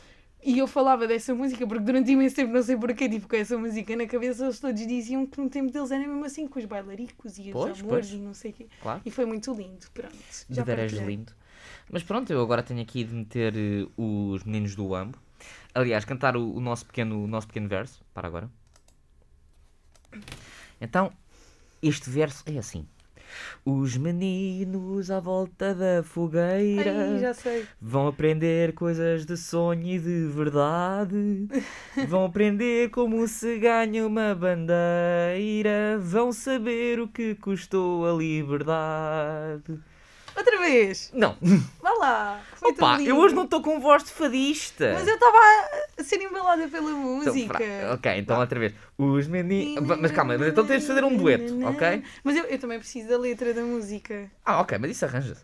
Speaker 2: e eu falava dessa música, porque durante imenso tempo, não sei porquê, tipo, com essa música na cabeça, eles todos diziam que no tempo deles era mesmo assim, com os bailaricos e os
Speaker 3: Pois,
Speaker 2: amores
Speaker 3: pois.
Speaker 2: e não sei o quê.
Speaker 3: Claro.
Speaker 2: E foi muito lindo, pronto.
Speaker 3: De veras
Speaker 2: partilhei.
Speaker 3: lindo. Mas pronto, eu agora tenho aqui de meter eh, os meninos do Ambo. Aliás, cantar o, o nosso pequeno, o nosso pequeno verso. Para agora. Então, este verso é assim. Os meninos à volta da fogueira.
Speaker 2: Ai, já sei.
Speaker 3: Vão aprender coisas de sonho e de
Speaker 2: (laughs)
Speaker 3: verdade. Vão aprender como se ganha uma bandeira. Vão saber o que custou a liberdade.
Speaker 2: Outra vez!
Speaker 3: Não,
Speaker 2: Vá lá! Foi tão
Speaker 3: opa,
Speaker 2: Então lindo.
Speaker 3: eu hoje não estou com voz de fadista.
Speaker 2: Mas eu estava a ser embalada pela
Speaker 3: Então,
Speaker 2: música.
Speaker 3: pra- Ok, então outra vez. Os meninos. Mas calma, mas então tens de fazer um dueto, ok?
Speaker 2: Mas eu, eu também preciso da letra da música.
Speaker 3: Ah, ok, mas isso arranja-se.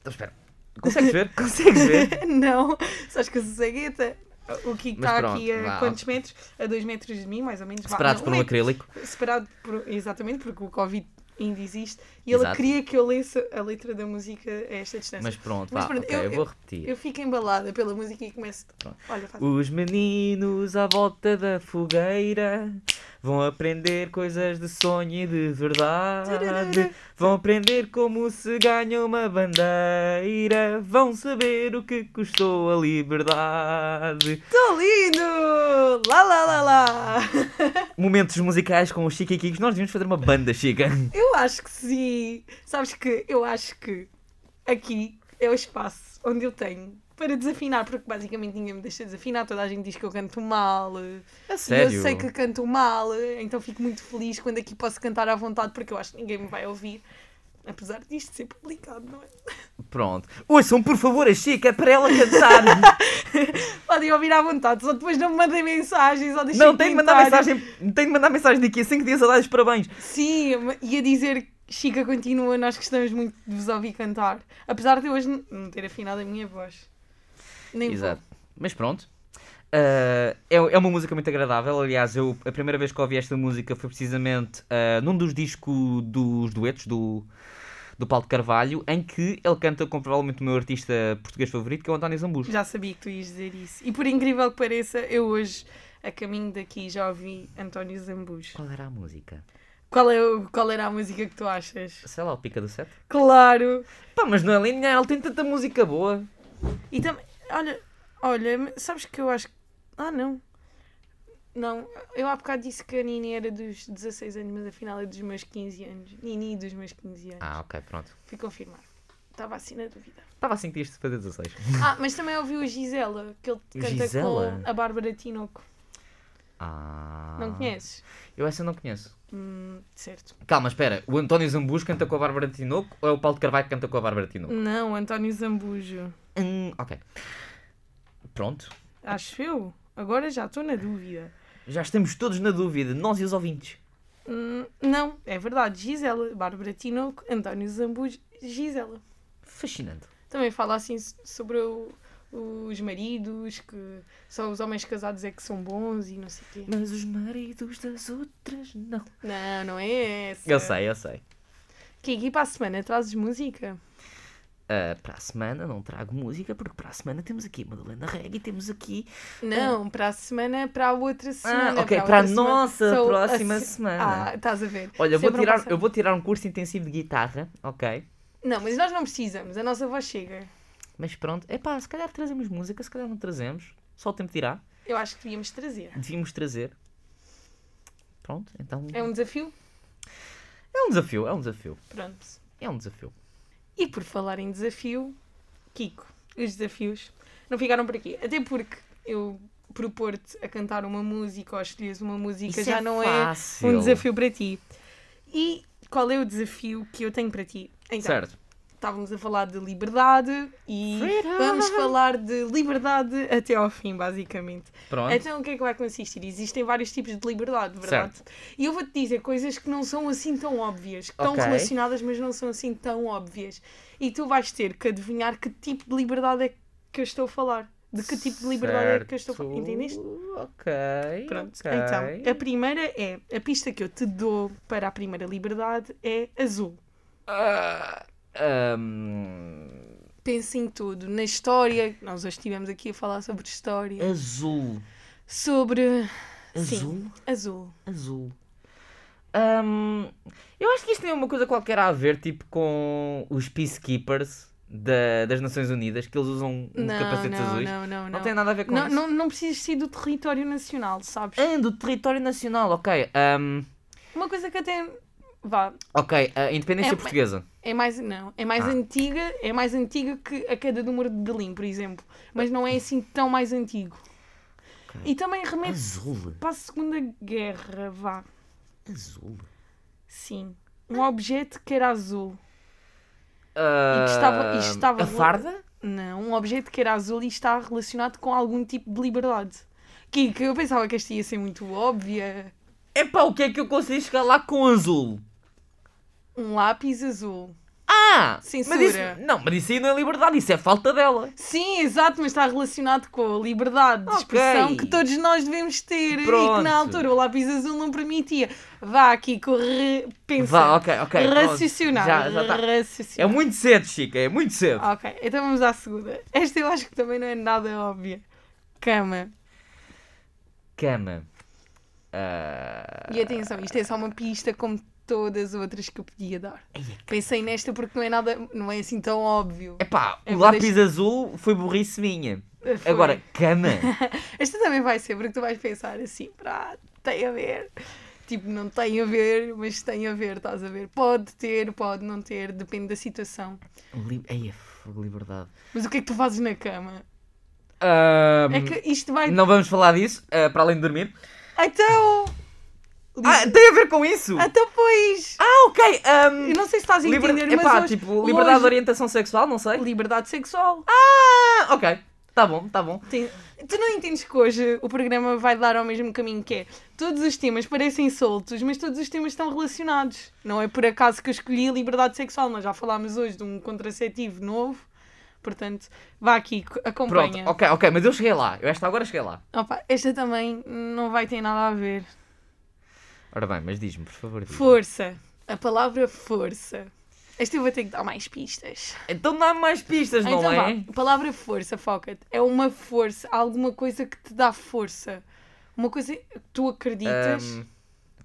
Speaker 3: Então
Speaker 2: (laughs)
Speaker 3: espera. Consegues ver? Consegues ver?
Speaker 2: não, só que eu sou cegueta. O Kiko
Speaker 3: Mas
Speaker 2: está
Speaker 3: pronto,
Speaker 2: aqui a
Speaker 3: vá.
Speaker 2: quantos metros? A dois metros de mim, mais ou menos. vá.
Speaker 3: Separados
Speaker 2: Não,
Speaker 3: por um
Speaker 2: metro.
Speaker 3: acrílico.
Speaker 2: Separado por. Exatamente, porque o Covid ainda existe, e ele
Speaker 3: Exato.
Speaker 2: queria que eu lesse a letra da música a esta distância.
Speaker 3: Mas pronto,
Speaker 2: Mas
Speaker 3: vá,
Speaker 2: pronto,
Speaker 3: ok,
Speaker 2: eu-
Speaker 3: eu, vou repetir.
Speaker 2: Eu fico embalada pela música e começo. Olha, faz.
Speaker 3: Os meninos à volta da fogueira vão aprender coisas de sonho e de verdade. Vão aprender como se ganha uma bandeira. Vão saber o que custou a liberdade.
Speaker 2: Tô lindo! Lá, lá, lá, lá!
Speaker 3: Momentos musicais com o Chica e Kikos. Nós devíamos fazer uma banda, Chica.
Speaker 2: Eu acho que sim. Sabes que eu acho que aqui é o espaço onde eu tenho para desafinar, porque basicamente ninguém me deixa desafinar, toda a gente diz que eu canto mal.
Speaker 3: A
Speaker 2: E
Speaker 3: sério?
Speaker 2: Eu sei que canto mal, então fico muito feliz quando aqui posso cantar à vontade, porque eu acho que ninguém me vai ouvir. Apesar disto ser publicado, não é?
Speaker 3: Pronto. Ouçam, por favor, a Chica para ela
Speaker 2: (laughs)
Speaker 3: cantar.
Speaker 2: Podem ouvir à vontade, só depois não me mandem mensagens ou deixem
Speaker 3: Não, tem de mandar
Speaker 2: comentários.
Speaker 3: mensagem. Tem de mandar mensagem daqui a 5 dias a dar os parabéns.
Speaker 2: Sim, ma- ia dizer Chica continua, nós gostamos muito de vos ouvir cantar. Apesar de eu hoje n- não ter afinado a minha voz. Nem vou.
Speaker 3: Exato. Mas pronto. Ah, é, é uma música muito agradável. Aliás, eu, a primeira vez que ouvi esta música foi precisamente ah, num dos discos dos duetos do, do Paulo de Carvalho, em que ele canta com provavelmente o meu artista português favorito, que é o António Zambujo.
Speaker 2: Já sabia que tu ias dizer isso. E por incrível que pareça, eu hoje, a caminho daqui, já ouvi António Zambujo.
Speaker 3: Qual era a música?
Speaker 2: Qual, é o- qual era a música que tu achas?
Speaker 3: Sei lá, o Pica do Sete?
Speaker 2: Claro!
Speaker 3: Pá, mas não é linear, ele tem tanta música boa.
Speaker 2: E também, olha, olha, sabes que eu acho que. Ah, não. Não, eu há bocado disse que a Nini era dos 16 anos, mas afinal é dos meus 15 anos. Nini dos meus 15 anos.
Speaker 3: Ah, ok, pronto.
Speaker 2: Fui confirmar. Estava assim na dúvida.
Speaker 3: Estava a sentir isto fazer 16.
Speaker 2: (laughs) Ah, mas também ouvi o Gisela, que ele canta
Speaker 3: Gisela?
Speaker 2: com a Bárbara Tinoco.
Speaker 3: Ah.
Speaker 2: Não conheces?
Speaker 3: Eu essa não conheço.
Speaker 2: Hum, certo.
Speaker 3: Calma, espera. O António Zambujo canta com a Bárbara Tinoco ou é o Paulo de Carvalho que canta com a Bárbara Tinoco?
Speaker 2: Não, António Zambujo.
Speaker 3: Hum, ok. Pronto.
Speaker 2: Acho eu. Agora já estou na dúvida.
Speaker 3: Já estamos todos na dúvida, nós e os ouvintes.
Speaker 2: Hum, não, é verdade. Gisela, Bárbara Tinoco, António Zambujo, Gisela.
Speaker 3: Fascinante.
Speaker 2: Também fala assim so- sobre o- os maridos, que só os homens casados é que são bons e não sei o quê.
Speaker 3: Mas os maridos das outras não.
Speaker 2: Não, não é essa.
Speaker 3: Eu sei, eu sei.
Speaker 2: Kiki, para a semana trazes música?
Speaker 3: Ah, para a semana não trago música, porque para a semana temos aqui Madalena Reggae, temos aqui.
Speaker 2: Não, para a semana, para a outra semana.
Speaker 3: Ah. ok,
Speaker 2: a
Speaker 3: para a
Speaker 2: outra semana.
Speaker 3: nossa
Speaker 2: Só a
Speaker 3: próxima
Speaker 2: se-
Speaker 3: semana.
Speaker 2: Ah, estás a ver.
Speaker 3: Olha, eu vou
Speaker 2: Sempre um
Speaker 3: tirar,
Speaker 2: passo-
Speaker 3: eu vou tirar um curso intensivo de guitarra, ok?
Speaker 2: Não, mas nós não precisamos, a nossa voz chega.
Speaker 3: Mas pronto, é pá, se calhar trazemos música, se calhar não trazemos. Só o tempo dirá.
Speaker 2: Eu acho que devíamos trazer.
Speaker 3: Devíamos trazer. Pronto, então.
Speaker 2: É um desafio?
Speaker 3: é um desafio, é um desafio.
Speaker 2: Pronto.
Speaker 3: É um desafio.
Speaker 2: E por falar em desafio, Kiko, os desafios não ficaram por aqui. Até porque eu propor-te a cantar uma música ou escolheres uma música
Speaker 3: Isso
Speaker 2: já
Speaker 3: é
Speaker 2: não é
Speaker 3: fácil.
Speaker 2: um desafio para ti. E qual é o desafio que eu tenho para ti? Então,
Speaker 3: Certo.
Speaker 2: estávamos a falar de liberdade e
Speaker 3: Freedom.
Speaker 2: vamos falar de liberdade até ao fim, basicamente.
Speaker 3: Pronto.
Speaker 2: Então, o que é que vai consistir? Existem vários tipos de liberdade, verdade? E eu vou-te dizer coisas que não são assim tão óbvias, que estão
Speaker 3: Ok.
Speaker 2: relacionadas, mas não são assim tão óbvias. E tu vais ter que adivinhar que tipo de liberdade é que eu estou a falar. De que tipo de liberdade é que eu estou a falar.
Speaker 3: Certo.
Speaker 2: Entendeste?
Speaker 3: Ok.
Speaker 2: Pronto.
Speaker 3: ok.
Speaker 2: Então, a primeira é. A pista que eu te dou para a primeira liberdade é azul.
Speaker 3: Ah, hum,
Speaker 2: Pensa em tudo. Na história. Nós hoje estivemos aqui a falar sobre história.
Speaker 3: azul.
Speaker 2: Sobre. Sim,
Speaker 3: Azul?
Speaker 2: azul.
Speaker 3: Azul. Hum, eu acho que isto tem uma coisa qualquer a ver, tipo com os Peacekeepers da- das Nações Unidas, que eles usam uns
Speaker 2: Não,
Speaker 3: capacetes
Speaker 2: não,
Speaker 3: Um azuis.
Speaker 2: não, não,
Speaker 3: tem nada a ver com
Speaker 2: Não,
Speaker 3: isso.
Speaker 2: não, não precisas ser do território nacional, sabes?
Speaker 3: Ah, do território nacional, ok. Hum,
Speaker 2: Uma coisa que até. Vá,
Speaker 3: ok, a independência
Speaker 2: É, mas-
Speaker 3: portuguesa.
Speaker 2: é mais. Não, é mais
Speaker 3: Ah.
Speaker 2: antiga, é mais antiga que a queda do muro de Berlim, por exemplo. Mas não é assim tão mais antigo.
Speaker 3: Ok.
Speaker 2: E também remete
Speaker 3: Azul.
Speaker 2: para a Segunda Guerra, vá.
Speaker 3: Azul.
Speaker 2: Sim. Um objeto que era azul.
Speaker 3: Ah,
Speaker 2: estava- e estava-
Speaker 3: A farda?
Speaker 2: Não, um objeto que era azul e está relacionado com algum tipo de liberdade. Que, que eu pensava que esta ia ser muito óbvia.
Speaker 3: Epá, o que é que eu consegui chegar lá com azul?
Speaker 2: Um lápis azul.
Speaker 3: Ah!
Speaker 2: Censura.
Speaker 3: Mas isso, não, mas isso aí não é liberdade, isso é falta dela.
Speaker 2: Sim, exato, mas está relacionado com a liberdade de
Speaker 3: Ok.
Speaker 2: expressão que todos nós devemos ter e que
Speaker 3: Pronto.
Speaker 2: na altura o lápis azul não permitia. Vá aqui correr, pensar,
Speaker 3: Vá, ok, ok. pronto.
Speaker 2: raciocinar,
Speaker 3: Já, já tá.
Speaker 2: raciocinar.
Speaker 3: É muito cedo, Chica, é muito cedo.
Speaker 2: Ok, então vamos à segunda. Esta eu acho que também não é nada óbvia. Cama.
Speaker 3: Cama. Ah,
Speaker 2: E atenção, isto é só uma pista como todas as outras que eu podia dar.
Speaker 3: Ai, é
Speaker 2: Pensei nesta porque não é nada, não é assim tão óbvio.
Speaker 3: Epá,
Speaker 2: Eu
Speaker 3: o
Speaker 2: vou
Speaker 3: lápis
Speaker 2: deixar-
Speaker 3: azul foi burrice minha.
Speaker 2: É, Foi.
Speaker 3: É, Agora,
Speaker 2: (laughs)
Speaker 3: cama.
Speaker 2: Esta também vai ser, porque tu vais pensar assim, pá, tem a ver. Tipo, não tem a ver, mas tem a ver, estás a ver? Pode ter, pode não ter, depende da situação.
Speaker 3: Li... Ai, é fogo, liberdade.
Speaker 2: Mas o que é que tu fazes na cama?
Speaker 3: Ahm,
Speaker 2: É que isto vai.
Speaker 3: Hum. Não vamos falar disso, ah, para além de dormir.
Speaker 2: Então!
Speaker 3: Ah, tem a ver com isso? Ah,
Speaker 2: Então, pois!
Speaker 3: ok. ahm,
Speaker 2: Eu não sei se estás a
Speaker 3: liber-
Speaker 2: entender, mas.
Speaker 3: Epá,
Speaker 2: hoje-
Speaker 3: tipo, liberdade de
Speaker 2: hoje-
Speaker 3: orientação sexual, não sei.
Speaker 2: Liberdade sexual.
Speaker 3: Ah, ok. Tá bom, tá bom.
Speaker 2: Tem- Tu não entendes que hoje o programa vai dar ao mesmo caminho que é. Todos os temas parecem soltos, mas todos os temas estão relacionados. Não é por acaso que eu escolhi a liberdade sexual, nós já falámos hoje de um contraceptivo novo. Portanto, vá aqui, co-
Speaker 3: Pronto,
Speaker 2: acompanha.
Speaker 3: ok, ok, mas eu cheguei lá. Eu esta agora cheguei lá.
Speaker 2: Opa, esta também não vai ter nada a ver.
Speaker 3: Ora bem, mas diz-me, por favor. diz-me.
Speaker 2: Força. A palavra força. Esta eu vou ter que dar mais pistas.
Speaker 3: Então dá mais pistas,
Speaker 2: Ah,
Speaker 3: não
Speaker 2: então
Speaker 3: é?
Speaker 2: vá. A palavra força, foca-te. É uma força, alguma coisa que te dá força. Uma coisa que tu acreditas.
Speaker 3: Ahm,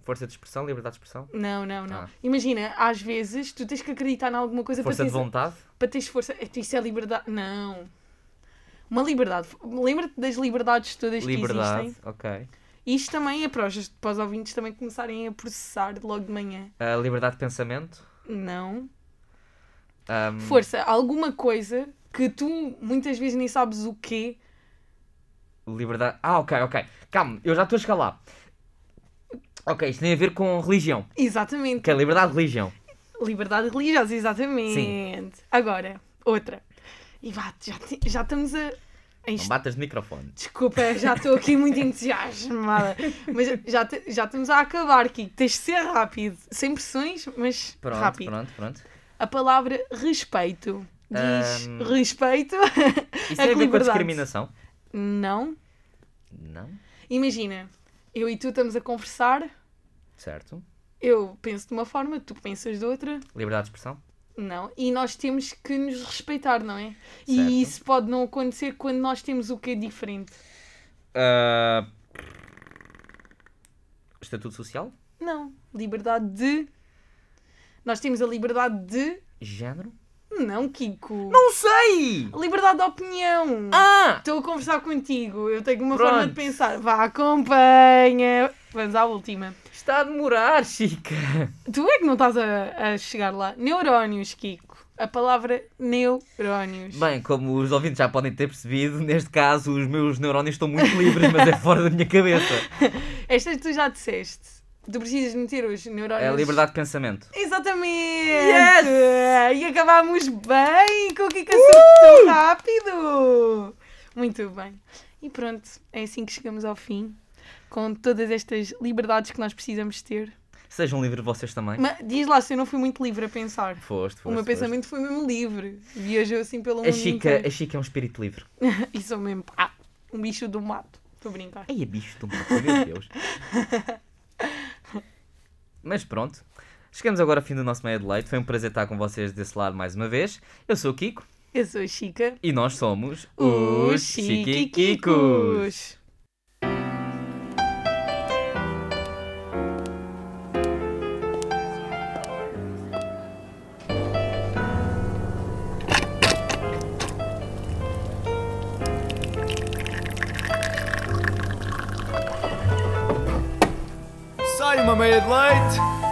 Speaker 3: força de expressão, liberdade de expressão.
Speaker 2: Não, não, não.
Speaker 3: Ah.
Speaker 2: Imagina, às vezes tu tens que acreditar em alguma coisa
Speaker 3: Força
Speaker 2: para,
Speaker 3: de
Speaker 2: teres,
Speaker 3: vontade.
Speaker 2: para teres força. Eh, Isso é liberdade. Não. Uma liberdade. Lembra-te das liberdades todas que
Speaker 3: Liberdade,
Speaker 2: existem.
Speaker 3: ok.
Speaker 2: Isto também é para os, para os ouvintes também começarem a processar logo de manhã.
Speaker 3: Ah, liberdade de pensamento.
Speaker 2: Não.
Speaker 3: Ahm,
Speaker 2: Força, alguma coisa que tu muitas vezes nem sabes o quê.
Speaker 3: Liberdade. Ah, ok, ok. Calma, eu já estou a chegar lá. Ok, isto tem a ver com religião.
Speaker 2: Exatamente.
Speaker 3: Que é liberdade de religião.
Speaker 2: Liberdade religiosa, exatamente. Agora, outra. E vá, já, te- já estamos a. a
Speaker 3: Não batas no microfone.
Speaker 2: Desculpa, já estou aqui muito entusiasmada. Mas já, te- já estamos a acabar aqui. Tens de ser rápido. Sem pressões, mas
Speaker 3: Pronto,
Speaker 2: rápido.
Speaker 3: pronto,
Speaker 2: (laughs)
Speaker 3: pronto.
Speaker 2: A palavra respeito. Diz
Speaker 3: Ahm.
Speaker 2: respeito. (laughs)
Speaker 3: Isso
Speaker 2: É
Speaker 3: tem a ver com a
Speaker 2: liberdade.
Speaker 3: discriminação?
Speaker 2: Não.
Speaker 3: Não.
Speaker 2: Imagina, eu e tu estamos a conversar.
Speaker 3: Certo.
Speaker 2: Eu penso de uma forma, tu pensas de outra.
Speaker 3: Liberdade de expressão?
Speaker 2: Não. E nós temos que nos respeitar, não é?
Speaker 3: Certo.
Speaker 2: E isso pode não acontecer quando nós temos o que é diferente.
Speaker 3: Ah, Estatuto social?
Speaker 2: Não. Liberdade de. Nós temos a liberdade de.
Speaker 3: Género?
Speaker 2: Não, Kiko.
Speaker 3: Não sei!
Speaker 2: Liberdade de opinião.
Speaker 3: Ah!
Speaker 2: Estou a conversar contigo. Eu tenho uma
Speaker 3: Pronto.
Speaker 2: forma de pensar. Vá, acompanha. Vamos à última.
Speaker 3: Está a demorar, Chica!
Speaker 2: Tu é que não estás a, a chegar lá. Neurónios, Kiko. A palavra neurónios.
Speaker 3: Bem, como os ouvintes já podem ter percebido, neste caso os meus neurónios estão muito livres,
Speaker 2: (laughs)
Speaker 3: mas é fora da minha cabeça.
Speaker 2: Estas tu já disseste. Tu precisas meter os neurónios.
Speaker 3: É a liberdade de pensamento.
Speaker 2: Exatamente!
Speaker 3: Yes! Uh!
Speaker 2: E acabámos bem com o Kiko acertou rápido! Muito bem. E pronto, é assim que chegamos ao fim. Com todas estas liberdades que nós precisamos ter.
Speaker 3: Sejam livres um vocês também.
Speaker 2: Mas diz lá se eu não fui muito livre a pensar.
Speaker 3: Foste, foste.
Speaker 2: o meu
Speaker 3: foste.
Speaker 2: pensamento foi mesmo livre. Viajou assim pelo mundo.
Speaker 3: A Chica,
Speaker 2: inteiro. (laughs)
Speaker 3: a Chica é um espírito livre.
Speaker 2: E sou mesmo pá, um bicho do mato. Estou a brincar.
Speaker 3: Ai, é bicho do mato, meu
Speaker 2: (laughs)
Speaker 3: Deus. Mas pronto. Chegamos agora ao fim do nosso meio de leite. Foi um prazer estar com vocês desse lado mais uma vez. Eu sou o Kiko
Speaker 2: Eu sou a Chica.
Speaker 3: e nós somos
Speaker 2: Os
Speaker 3: Chiquiquicos.
Speaker 2: Chiquiquicos.
Speaker 5: Sai uma meia de leite.